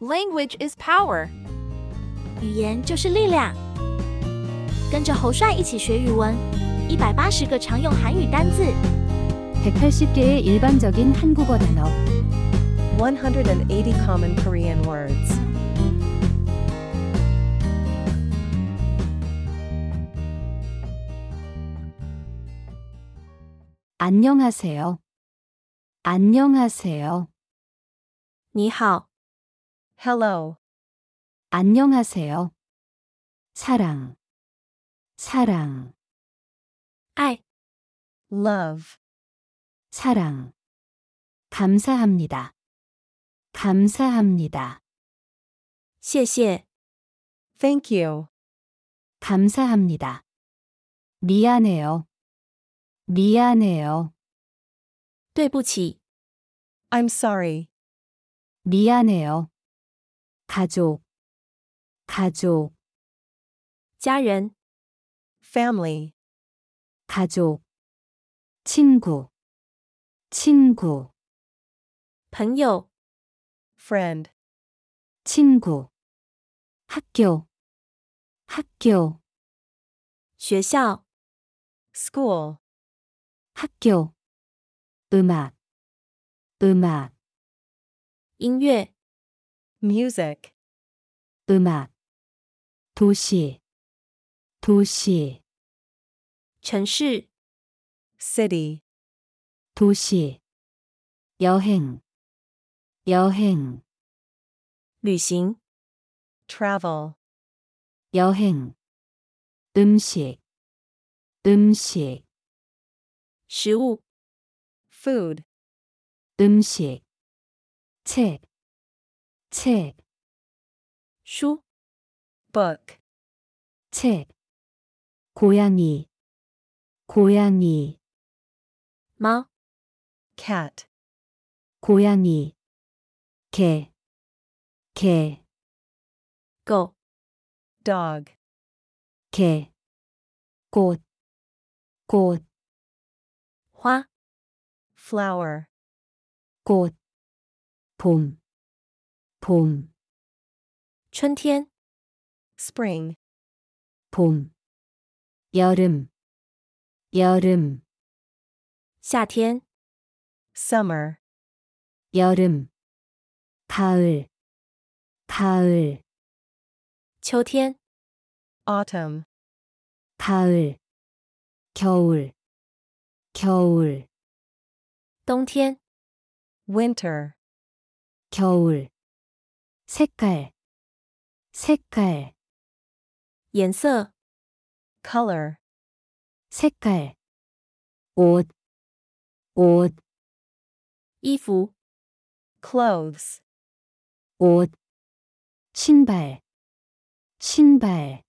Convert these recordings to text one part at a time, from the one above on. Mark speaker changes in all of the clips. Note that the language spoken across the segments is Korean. Speaker 1: Language is power.
Speaker 2: 语言就是力量。跟着侯帅一起学语文，一百八十个常用韩语单字，
Speaker 3: 180개의 일반적인 한국어 단어,
Speaker 4: 180 common Korean words.
Speaker 3: '안녕하세요', '안녕하세요',
Speaker 2: 你好，
Speaker 4: Hello.
Speaker 3: 안녕하세요. 사랑, 사랑,
Speaker 2: 爱，
Speaker 4: Love.
Speaker 3: 사랑. 감사합니다. 감사합니다.
Speaker 2: 谢谢，
Speaker 4: Thank you.
Speaker 3: 감사합니다. 미안해요. 미안해요.
Speaker 2: 对不起，
Speaker 4: I'm sorry.
Speaker 3: 미안해요. 가족, 가족,
Speaker 2: 家人，
Speaker 4: Family.
Speaker 3: 가족. 친구, 친구,
Speaker 2: 朋友，
Speaker 4: Friend.
Speaker 3: 친구. 학교, 학교,
Speaker 2: 学校，
Speaker 4: School.
Speaker 3: 학교. 음악, 음악,
Speaker 2: 音乐，
Speaker 4: Music.
Speaker 3: 음악. 도시, 도시,
Speaker 2: 城市，
Speaker 4: City.
Speaker 3: 도시. 여행, 여행,
Speaker 2: 旅行，
Speaker 4: Travel.
Speaker 3: 여행. 음식, 음식,
Speaker 2: 食物，
Speaker 4: Food.
Speaker 3: 음식. 책, 책,
Speaker 2: 书，
Speaker 4: Book.
Speaker 3: 책. 고양이, 고양이,
Speaker 2: 猫，
Speaker 4: Cat.
Speaker 3: 고양이. 개, 개,
Speaker 2: 狗，
Speaker 4: Dog.
Speaker 3: 개. 꽃, 꽃,
Speaker 2: 花，
Speaker 4: Flower.
Speaker 3: 꽃. 봄, 봄.
Speaker 2: 春天，
Speaker 4: Spring.
Speaker 3: 봄, 여름, 여름,
Speaker 2: 夏天，
Speaker 4: Summer.
Speaker 3: 여름, 가을, 가을,
Speaker 2: 秋天，
Speaker 4: Autumn.
Speaker 3: 가을, 겨울, 겨울,
Speaker 2: 冬天，
Speaker 4: Winter.
Speaker 3: 겨울, 색깔, 색깔,
Speaker 2: 颜色，
Speaker 4: Color.
Speaker 3: 색깔, 옷, 옷,
Speaker 2: 衣服，
Speaker 4: Clothes.
Speaker 3: 옷, 신발, 신발,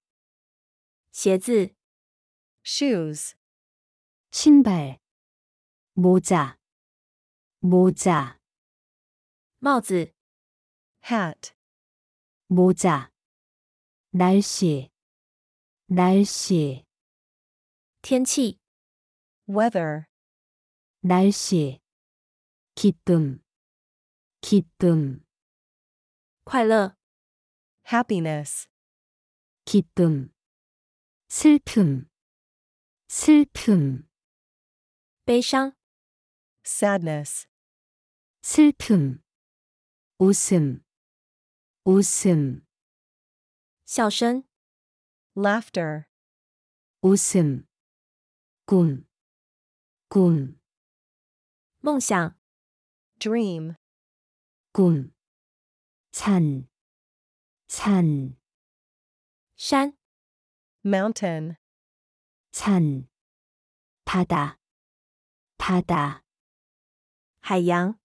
Speaker 2: 鞋子，
Speaker 4: Shoes.
Speaker 3: 신발, 모자, 모자,
Speaker 2: 帽子，
Speaker 4: Hat.
Speaker 3: 모자. 날씨, 날씨,
Speaker 2: 天气，
Speaker 4: Weather.
Speaker 3: 날씨. 기쁨, 기쁨,
Speaker 2: 快乐，
Speaker 4: Happiness.
Speaker 3: 기쁨. 슬픔, 슬픔,
Speaker 2: 悲伤，
Speaker 4: Sadness.
Speaker 3: 슬픔. 웃음, 웃음,
Speaker 2: 笑声，
Speaker 4: Laughter.
Speaker 3: 웃음. 꿈, 꿈,
Speaker 2: 梦想，
Speaker 4: Dream.
Speaker 3: 꿈. 산, 산,
Speaker 2: 山，
Speaker 4: Mountain.
Speaker 3: 산. 바다, 바다.
Speaker 2: 海洋，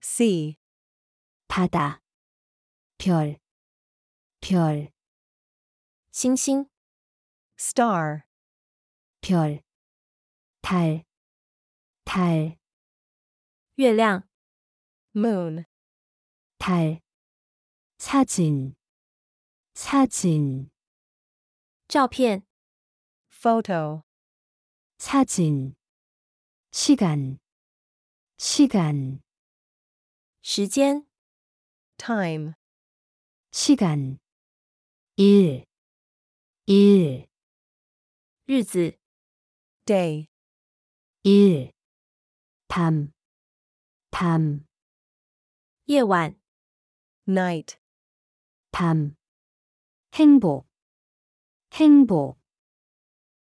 Speaker 4: Sea.
Speaker 3: 바다 별, 별,
Speaker 2: 星星，
Speaker 4: Star.
Speaker 3: 별 달, 달,
Speaker 2: 月亮。
Speaker 4: Moon.
Speaker 3: 달 사진, 사진,
Speaker 2: 照片、
Speaker 4: Photo.
Speaker 3: 사진 시간, 시간,
Speaker 2: 时间、
Speaker 4: Time.
Speaker 3: 시간 1 1
Speaker 2: 日子、
Speaker 4: day,
Speaker 3: 1 밤, 밤,
Speaker 2: 夜晚、
Speaker 4: night,
Speaker 3: 밤 행복, 행복,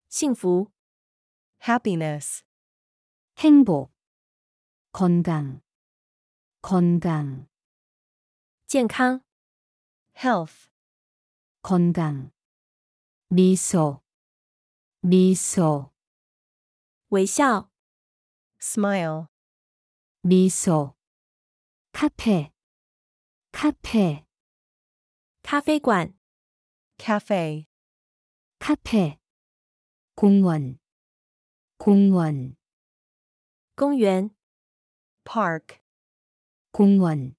Speaker 2: 幸福、
Speaker 4: happiness,
Speaker 3: 행복 건강, 건강,
Speaker 2: 健康、
Speaker 4: health,
Speaker 3: 건강 미소, 미소,
Speaker 2: 微笑、
Speaker 4: smile,
Speaker 3: 미소 카페, 카페,
Speaker 2: 咖啡馆、
Speaker 4: cafe,
Speaker 3: 카페 공원, 공원,
Speaker 2: 公园、
Speaker 4: park,
Speaker 3: 공원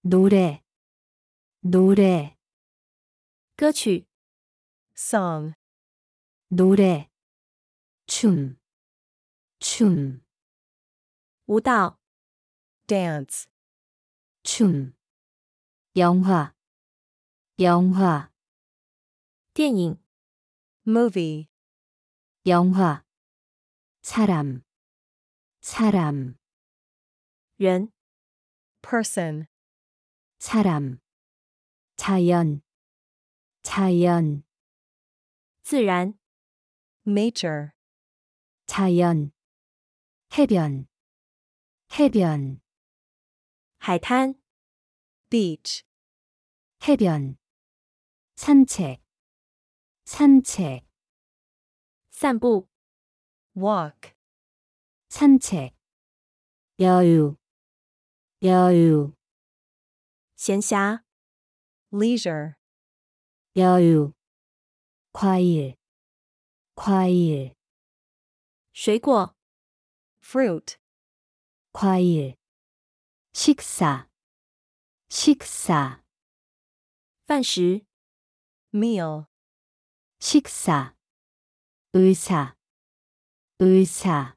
Speaker 3: 노래 노래
Speaker 2: 歌曲、
Speaker 4: song,
Speaker 3: 노래 춤, 춤,
Speaker 2: 舞蹈、
Speaker 4: dance,
Speaker 3: 춤 영화 영화
Speaker 2: 电影、
Speaker 4: movie,
Speaker 3: 영화 사람 사람
Speaker 2: 人、
Speaker 4: person,
Speaker 3: 사람 자연 자연
Speaker 2: 自然、
Speaker 4: nature,
Speaker 3: 자연 해변 해변
Speaker 2: 海滩、
Speaker 4: beach,
Speaker 3: 해변 산책 산책
Speaker 2: 散步、
Speaker 4: walk,
Speaker 3: 산책 여유 여유
Speaker 2: 闲暇、
Speaker 4: leisure,
Speaker 3: 여유 과일 과일
Speaker 2: 水果、
Speaker 4: fruit,
Speaker 3: 과일 식사 식사
Speaker 2: 饭食、
Speaker 4: meal,
Speaker 3: 식사 의사 의사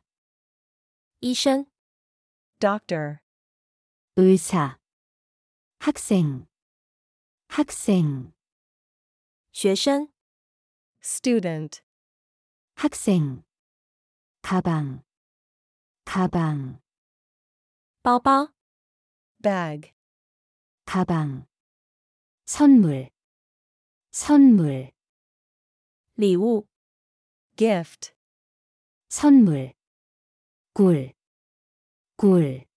Speaker 2: 医生、
Speaker 4: doctor,
Speaker 3: 의사 학생 학생
Speaker 2: 学生、
Speaker 4: student,
Speaker 3: 학생 가방 가방
Speaker 2: 包包、
Speaker 4: bag,
Speaker 3: 가방 선물 선물
Speaker 2: 礼物、
Speaker 4: gift,
Speaker 3: 선물 꿀꿀꿀꿀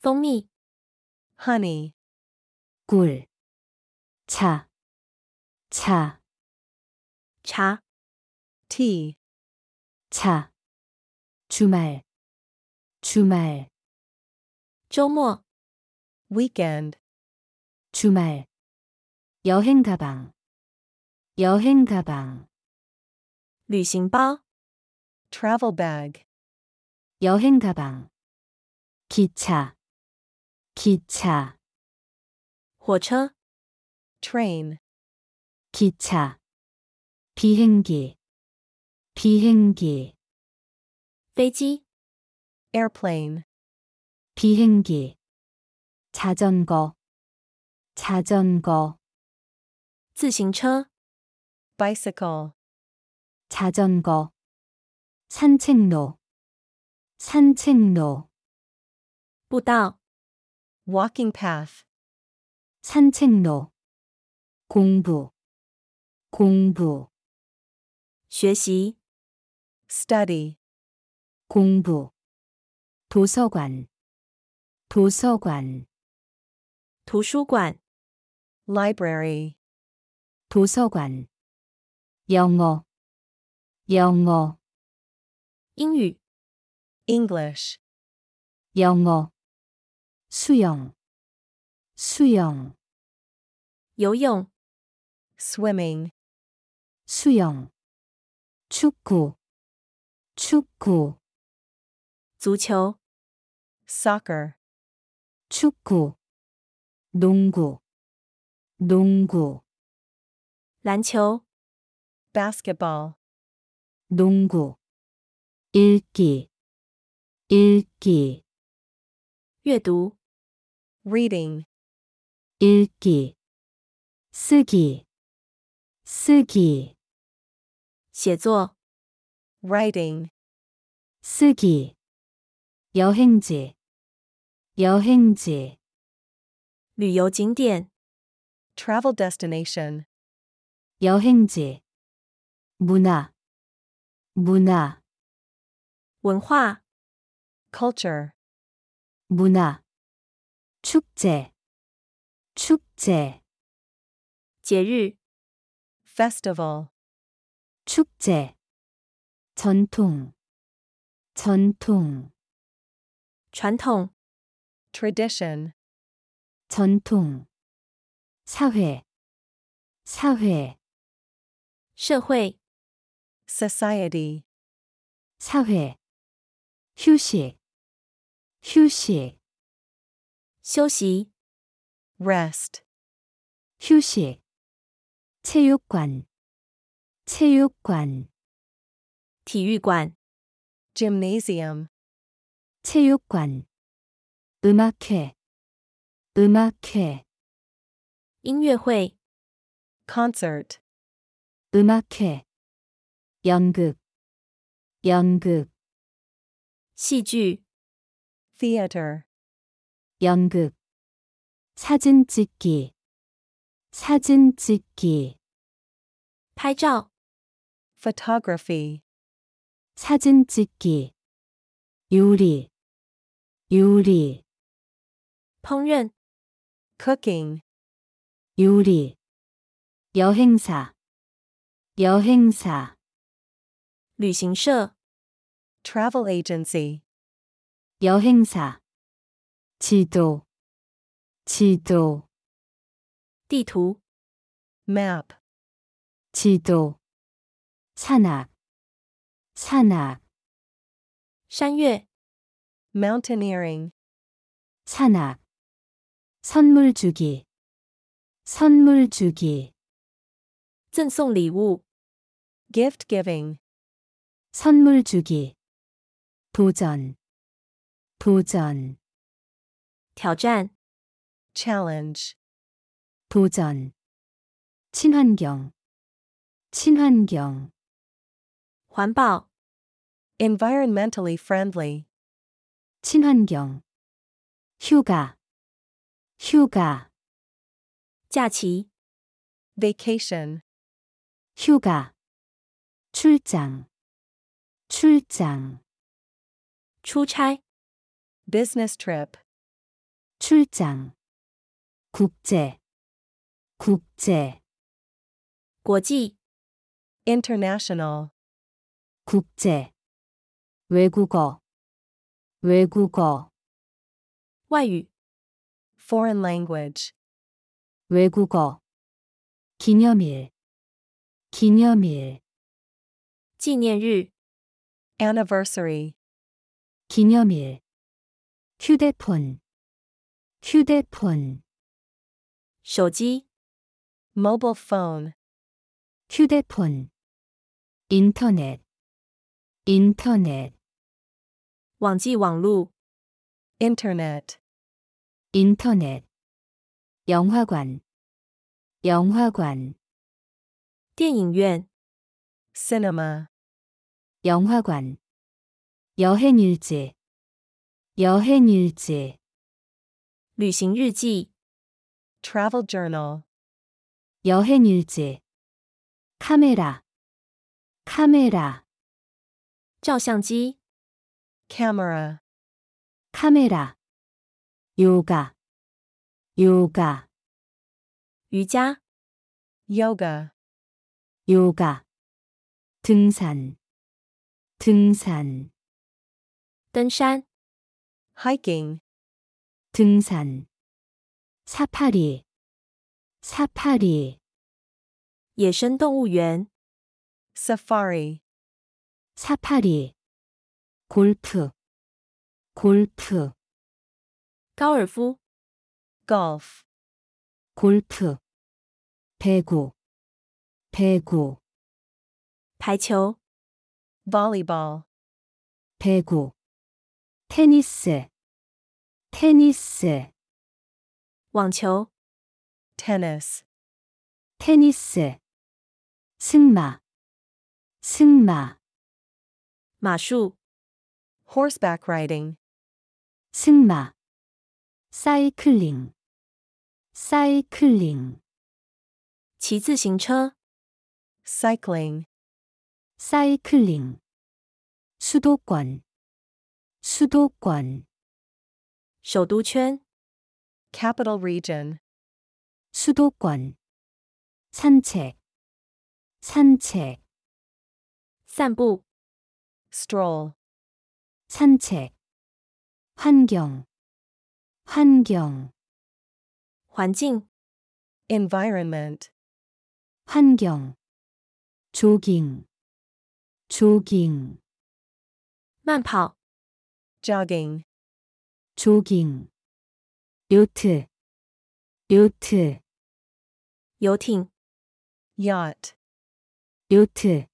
Speaker 2: 蜂蜜、
Speaker 4: honey,
Speaker 3: 차, 차,
Speaker 2: 茶、
Speaker 4: tea,
Speaker 3: 차. 주말, 주말,
Speaker 2: 周末、
Speaker 4: weekend,
Speaker 3: 주말. 여행 가방, 여행 가방,
Speaker 2: 旅行包、
Speaker 4: travel bag,
Speaker 3: 여행 가방. 기차, 기차,
Speaker 2: 火车、
Speaker 4: train,
Speaker 3: 기차. 비행기, 비행기,
Speaker 2: 飞机、
Speaker 4: airplane,
Speaker 3: 비행기. 자전거, 자전거,
Speaker 2: 自行车、
Speaker 4: bicycle,
Speaker 3: 자전거 산책로 산책로
Speaker 2: 步道、
Speaker 4: walking path,
Speaker 3: 산책로 공부 공부
Speaker 2: 学习、
Speaker 4: study,
Speaker 3: 공부 도서관 도서관
Speaker 2: 图书馆、
Speaker 4: library,
Speaker 3: 도서관 영어 영어
Speaker 2: 英语、
Speaker 4: English,
Speaker 3: 영어 수영 수영
Speaker 2: 游泳、
Speaker 4: swimming,
Speaker 3: 수영 축구 축구
Speaker 2: 足球、
Speaker 4: soccer,
Speaker 3: 축구, 농구, 농구,
Speaker 2: 篮球、
Speaker 4: basketball,
Speaker 3: 농구. 읽기, 읽기,
Speaker 2: 阅读、
Speaker 4: reading,
Speaker 3: 읽기. 쓰기, 쓰기,
Speaker 1: 写作、
Speaker 4: writing,
Speaker 3: 쓰기. 여행지, 여행지,
Speaker 1: 旅游景点、
Speaker 4: travel destination,
Speaker 3: 여행지. 문화, 문화,
Speaker 1: 文化、
Speaker 4: culture,
Speaker 3: 문화. 축제, 축제,
Speaker 1: 节日、
Speaker 4: festival,
Speaker 3: 축제. 전통, 전통,
Speaker 1: 传统、
Speaker 4: tradition,
Speaker 3: 전통. 사회, 사회,
Speaker 1: 社会、
Speaker 4: society,
Speaker 3: 사회. 휴식, 휴식,
Speaker 1: 休息、
Speaker 4: rest,
Speaker 3: 휴식. 체육관, 체육관,
Speaker 1: 体育馆、
Speaker 4: gymnasium,
Speaker 3: 체육관. 음악회, 음악회,
Speaker 1: 音乐会、
Speaker 4: concert,
Speaker 3: 음악회. 연극, 연극,
Speaker 1: 戏剧、
Speaker 4: theater,
Speaker 3: 연극. 사진 찍기, 사진 찍기,
Speaker 1: 拍照、
Speaker 4: photography,
Speaker 3: 사진 찍기. 요리, 요리,
Speaker 1: 烹饪、
Speaker 4: cooking,
Speaker 3: 요리. 여행사, 여행사,
Speaker 1: 旅行社、
Speaker 4: travel agency,
Speaker 3: 여행사. 지도, 지도,
Speaker 1: 地图、
Speaker 4: map,
Speaker 3: 지도. 산악, 산악,
Speaker 1: 山岳、
Speaker 4: mountaineering,
Speaker 3: 산악. 선물 주기, 선물 주기,
Speaker 1: 赠送礼物、
Speaker 4: gift giving,
Speaker 3: 선물 주기. 도전, 도전,
Speaker 1: 挑战、
Speaker 4: challenge,
Speaker 3: 도전. 친환경, 친환경,
Speaker 1: 环保、
Speaker 4: environmentally friendly,
Speaker 3: 친환경. 휴가, 휴가,
Speaker 1: 假期、
Speaker 4: vacation,
Speaker 3: 휴가. 출장, 출장,
Speaker 1: 出差、
Speaker 4: business trip,
Speaker 3: 출장. 국제, 국제,
Speaker 1: 国际、
Speaker 4: international,
Speaker 3: 국제. 외국어, 외국어,
Speaker 1: 外语、
Speaker 4: foreign language,
Speaker 3: 외국어. 기념일, 기념일,
Speaker 1: 纪念日、
Speaker 4: anniversary,
Speaker 3: 기념일. 휴대폰, 휴대폰,
Speaker 1: 手机、
Speaker 4: mobile phone,
Speaker 3: 휴대폰. 인터넷, 인터넷,
Speaker 1: 网际网路、
Speaker 4: internet,
Speaker 3: 인터넷. 영화관, 영화관,
Speaker 1: 电影院、
Speaker 4: cinema,
Speaker 3: 영화관. 여행일지, 여행일지,
Speaker 1: 旅行日记、
Speaker 4: travel journal,
Speaker 3: 여행일지. 카메라, 카메라,
Speaker 1: 照相机、
Speaker 4: camera,
Speaker 3: 카메라. 요가, 요가,
Speaker 1: 瑜伽、
Speaker 4: yoga,
Speaker 3: 요가. 등산, 등산,
Speaker 1: 登山、
Speaker 4: hiking,
Speaker 3: 등산. 사파리, 사파리,
Speaker 1: 野生动物园、
Speaker 4: safari,
Speaker 3: 사파리. 골프, 골프,
Speaker 1: 高尔夫、
Speaker 4: golf,
Speaker 3: 골프. 배구, 배구,
Speaker 1: 排球、
Speaker 4: volleyball,
Speaker 3: 배구. 테니스, 테니스,
Speaker 1: 网球、
Speaker 4: tennis,
Speaker 3: 테니스, 승마, 승마,
Speaker 1: 马术、
Speaker 4: horseback riding,
Speaker 3: 승마, 사이클링, 사이클링,
Speaker 1: 骑自行车、
Speaker 4: cycling,
Speaker 3: 사이클링, 수도권, 수도권,
Speaker 1: 首都圈、
Speaker 4: capital region,
Speaker 3: 수도권, 산책, 산책,
Speaker 1: 散步、
Speaker 4: stroll,
Speaker 3: 산책, 환경, 환경,
Speaker 1: 环境、
Speaker 4: environment,
Speaker 3: 환경, 조깅, 조깅,
Speaker 1: 慢跑、
Speaker 4: jogging,
Speaker 3: 조깅, 요트, 요트,
Speaker 1: 游艇、
Speaker 4: yacht,
Speaker 3: 요트,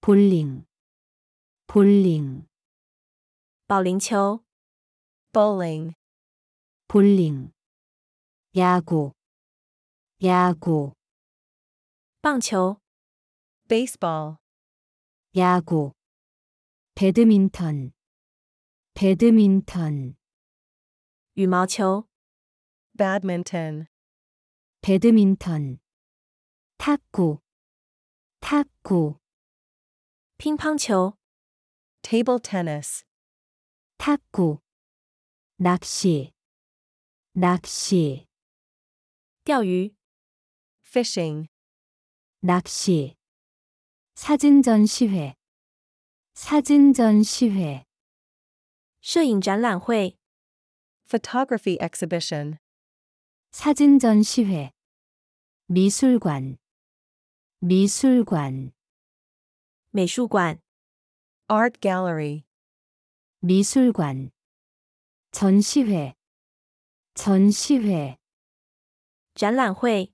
Speaker 3: 볼링, 볼링,
Speaker 1: 保龄球、
Speaker 4: bowling,
Speaker 3: 볼링, 야구, 야구,
Speaker 1: 棒球、
Speaker 4: baseball,
Speaker 3: 야구, 배드민턴, 배드민턴,
Speaker 1: 羽毛球、
Speaker 4: badminton,
Speaker 3: 배드민턴, 탁구, 탁구,
Speaker 1: 乒乓球、
Speaker 4: table tennis,
Speaker 3: 탁구, 낚시, 낚시,
Speaker 1: 钓鱼、
Speaker 4: fishing,
Speaker 3: 낚시, 사진 전시회, 사진 전시회,
Speaker 1: 摄影展览会、
Speaker 4: photography exhibition,
Speaker 3: 사진 전시회, 미술관, 미술관,
Speaker 1: 美术馆、
Speaker 4: art gallery,
Speaker 3: 미술관, 전시회, 전시회,
Speaker 1: 展览会、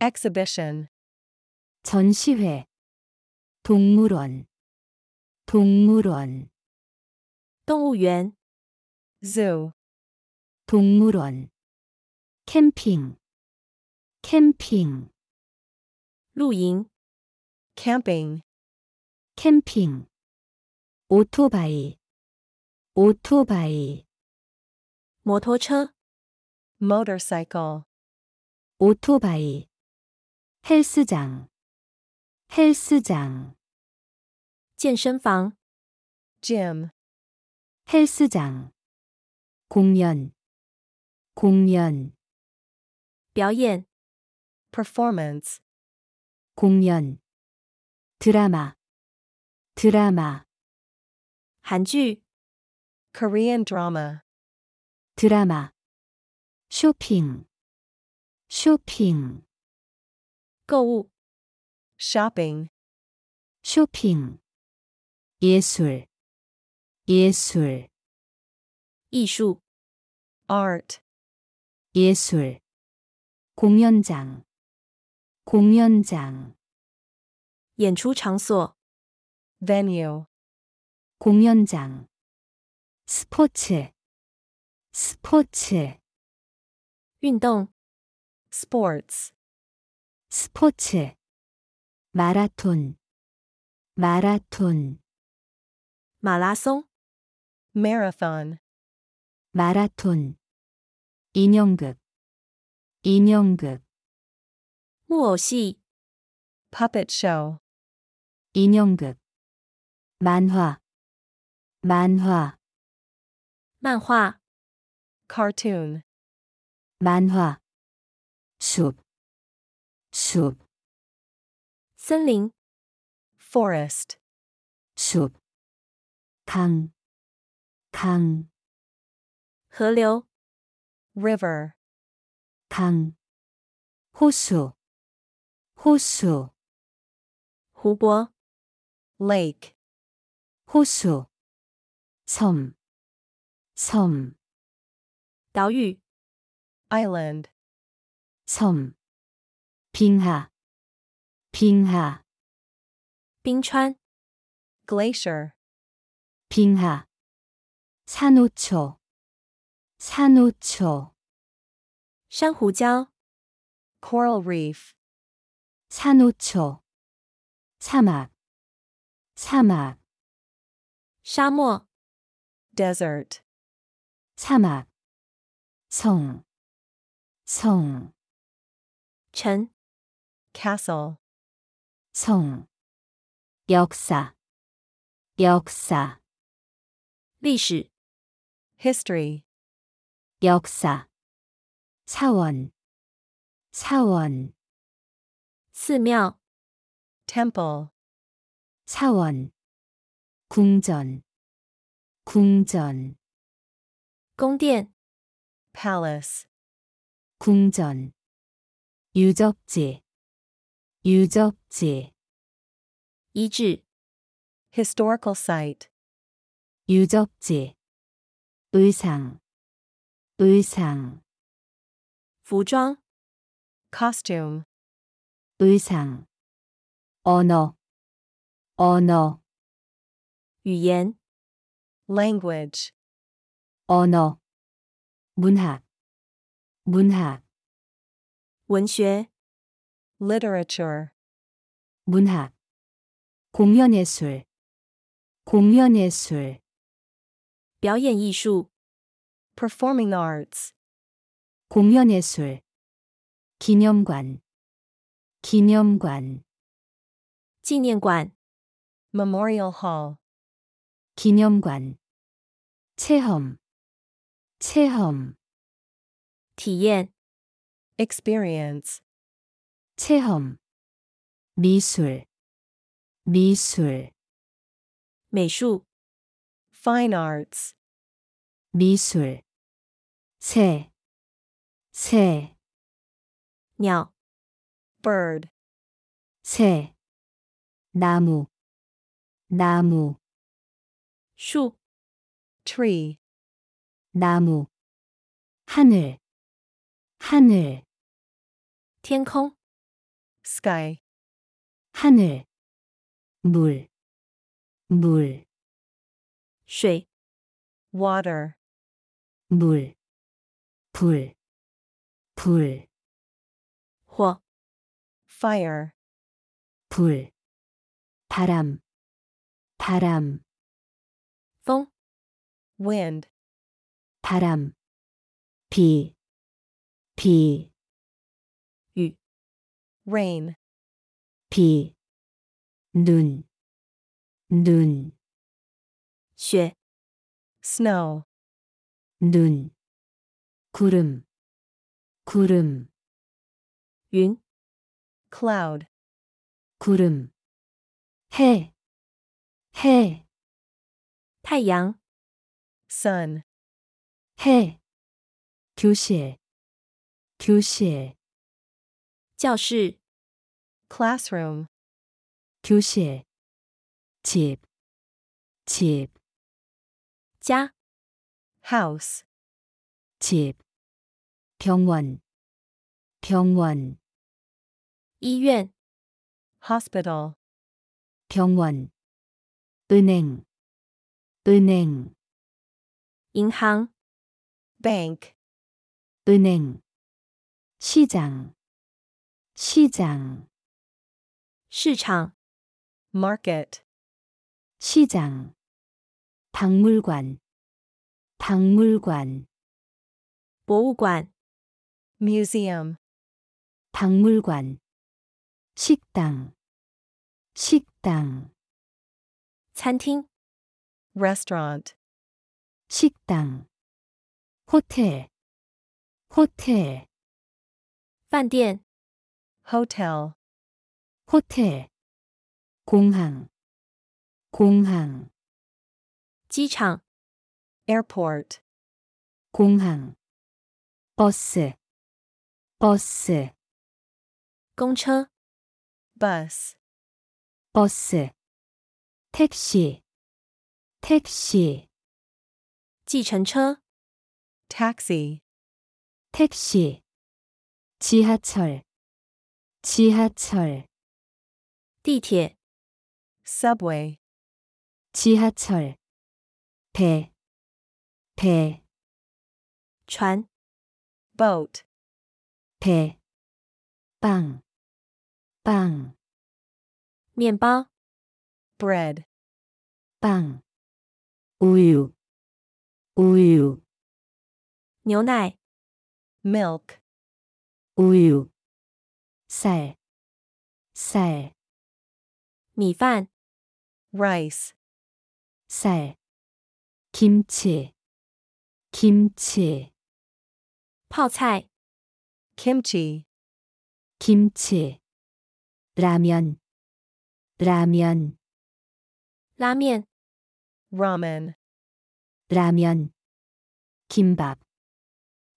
Speaker 4: exhibition,
Speaker 3: 전시회, 동물원, 동물원,
Speaker 1: 动物园、
Speaker 4: zoo,
Speaker 3: 동물원, 캠핑, 캠핑,
Speaker 1: 露营、
Speaker 4: camping,
Speaker 3: 캠핑, 오토바이, 오토바이,
Speaker 1: 摩托车、
Speaker 4: motorcycle,
Speaker 3: 오토바이, 헬스장, 헬스장,
Speaker 1: 健身房、
Speaker 4: gym,
Speaker 3: 헬스장, 공연, 공연,
Speaker 1: 表演、
Speaker 4: performance,
Speaker 3: 공연, 드라마, 드라마,
Speaker 1: 韩剧、
Speaker 4: Korean drama,
Speaker 3: 드라마, 쇼핑, 쇼핑,
Speaker 1: 购物、
Speaker 4: shopping,
Speaker 3: 쇼핑, 예술, 예술,
Speaker 1: 艺术、
Speaker 4: art,
Speaker 3: 예술, 공연장, 공연장,
Speaker 1: 演出场所、
Speaker 4: venue,
Speaker 3: 공연장, 스포츠, 스포츠,
Speaker 1: 运动、
Speaker 4: sports,
Speaker 3: 스포츠, 마라톤, 마라톤,
Speaker 1: 马拉松、
Speaker 4: marathon,
Speaker 3: 마라톤, 인형극, 인형극,
Speaker 1: 木偶戏、
Speaker 4: puppet show,
Speaker 3: 인형극, 만화, 만화,
Speaker 1: 漫画、
Speaker 4: cartoon,
Speaker 3: 만화, 숲, 숲,
Speaker 1: 森林、
Speaker 4: forest,
Speaker 3: 숲, 강, 강,
Speaker 1: 河流、
Speaker 4: river,
Speaker 3: 강, 호수, 호수,
Speaker 1: 湖泊、
Speaker 4: lake,
Speaker 3: 호수, 섬, 섬,
Speaker 1: 岛屿、
Speaker 4: island,
Speaker 3: 섬, 빙하, 빙하,
Speaker 1: 冰川、
Speaker 4: glacier,
Speaker 3: 빙하, 산호초, 산호초,
Speaker 1: 珊瑚礁、
Speaker 4: coral reef,
Speaker 3: 산호초 사막 사막
Speaker 1: 沙漠、
Speaker 4: desert,
Speaker 3: 사막 성, 성,
Speaker 1: 城、
Speaker 4: castle,
Speaker 3: 성 역사, 역사,
Speaker 1: 历史、
Speaker 4: history,
Speaker 3: 역사 사원, 사원,
Speaker 1: 寺庙、
Speaker 4: temple,
Speaker 3: 사원 궁전, 궁전,
Speaker 1: 宫殿、
Speaker 4: palace,
Speaker 3: 궁전 유적지, 유적지,
Speaker 1: 遗址、
Speaker 4: historical site,
Speaker 3: 유적지 의상, 의상
Speaker 1: 服装、
Speaker 4: costume,
Speaker 3: 의상 언어 언어
Speaker 1: 语言、
Speaker 4: language,
Speaker 3: 언어 문학 문학
Speaker 1: 文学、
Speaker 4: literature,
Speaker 3: 문학 공연예술 공연예술
Speaker 1: 表演艺术、
Speaker 4: performing arts,
Speaker 3: 공연예술 기념관 기념관
Speaker 1: 纪念馆、
Speaker 4: memorial hall,
Speaker 3: 기념관 체험 체험
Speaker 1: 体验、
Speaker 4: experience,
Speaker 3: 체험 미술 미술
Speaker 1: 美术、
Speaker 4: fine arts,
Speaker 3: 미술 새, 새,
Speaker 1: 鸟、
Speaker 4: bird,
Speaker 3: 새 나무, 나무,
Speaker 1: 树、
Speaker 4: tree,
Speaker 3: 나무 하늘, 하늘,
Speaker 1: 天空、
Speaker 4: sky,
Speaker 3: 하늘 물, 물,
Speaker 1: 水、
Speaker 4: water,
Speaker 3: 물 불, 불,
Speaker 1: 火、
Speaker 4: fire,
Speaker 3: 불 바람, 바람,
Speaker 1: 风、
Speaker 4: wind,
Speaker 3: 바람 비, 비,
Speaker 1: 雨、
Speaker 4: rain,
Speaker 3: 비, 눈, 눈,
Speaker 1: 雪、
Speaker 4: snow,
Speaker 3: 눈, 구름, 구름,
Speaker 1: 云、
Speaker 4: cloud,
Speaker 3: 구름, 해, 해,
Speaker 1: 太阳、
Speaker 4: sun,
Speaker 3: 해, 교실, 교실,
Speaker 1: 教室、
Speaker 4: classroom,
Speaker 3: 교실, 집, 집,
Speaker 1: 家、
Speaker 4: house,
Speaker 3: 집, 병원, 병원,
Speaker 1: 医院、
Speaker 4: hospital,
Speaker 3: 병원, 은행, 은행,
Speaker 1: 银行、
Speaker 4: bank,
Speaker 3: 은행, 시장, 시장,
Speaker 1: 市场、
Speaker 4: market,
Speaker 3: 시장 박물관 박물관
Speaker 1: 博物馆、
Speaker 4: museum,
Speaker 3: 박물관 식당 식당
Speaker 1: 餐厅、
Speaker 4: restaurant,
Speaker 3: 식당 호텔 호텔
Speaker 1: 饭店、
Speaker 4: hotel,
Speaker 3: 호텔 공항 공항
Speaker 1: 机场、
Speaker 4: airport,
Speaker 3: 공항 버스 버스
Speaker 1: 公车、
Speaker 4: bus,
Speaker 3: 버스 택시 택시
Speaker 1: 计程车、
Speaker 4: taxi,
Speaker 3: 택시, 지하철, 지하철,
Speaker 1: 地铁、
Speaker 4: subway,
Speaker 3: 지하철, 배, 배,
Speaker 1: 船、
Speaker 4: boat,
Speaker 3: 배, 빵, 빵,
Speaker 1: 面包、
Speaker 4: bread,
Speaker 3: 빵. 우유, 우유,
Speaker 1: 牛奶、
Speaker 4: milk,
Speaker 3: 우유. 쌀, 쌀,
Speaker 1: 米饭、
Speaker 4: rice,
Speaker 3: 쌀. 김치, 김치,
Speaker 1: 泡菜、
Speaker 4: kimchi,
Speaker 3: 김치. 라면, 라면,
Speaker 1: 拉面、
Speaker 4: ramen,
Speaker 3: 라면. 김밥,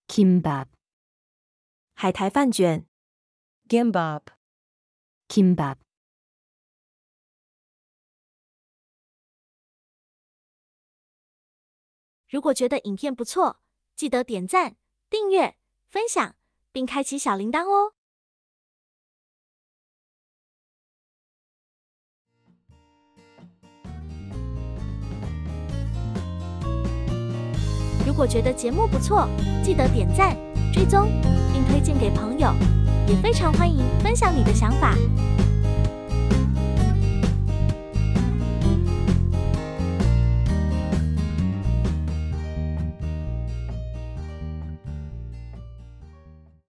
Speaker 3: 김밥,
Speaker 1: 海苔饭卷、
Speaker 4: gimbap,
Speaker 3: 김밥.
Speaker 2: 「如果觉得影片不错，记得点赞、订阅、分享，并开启小铃铛哦。如果觉得节目不错，记得点赞、追踪，并推荐给朋友，也非常欢迎分享你的想法。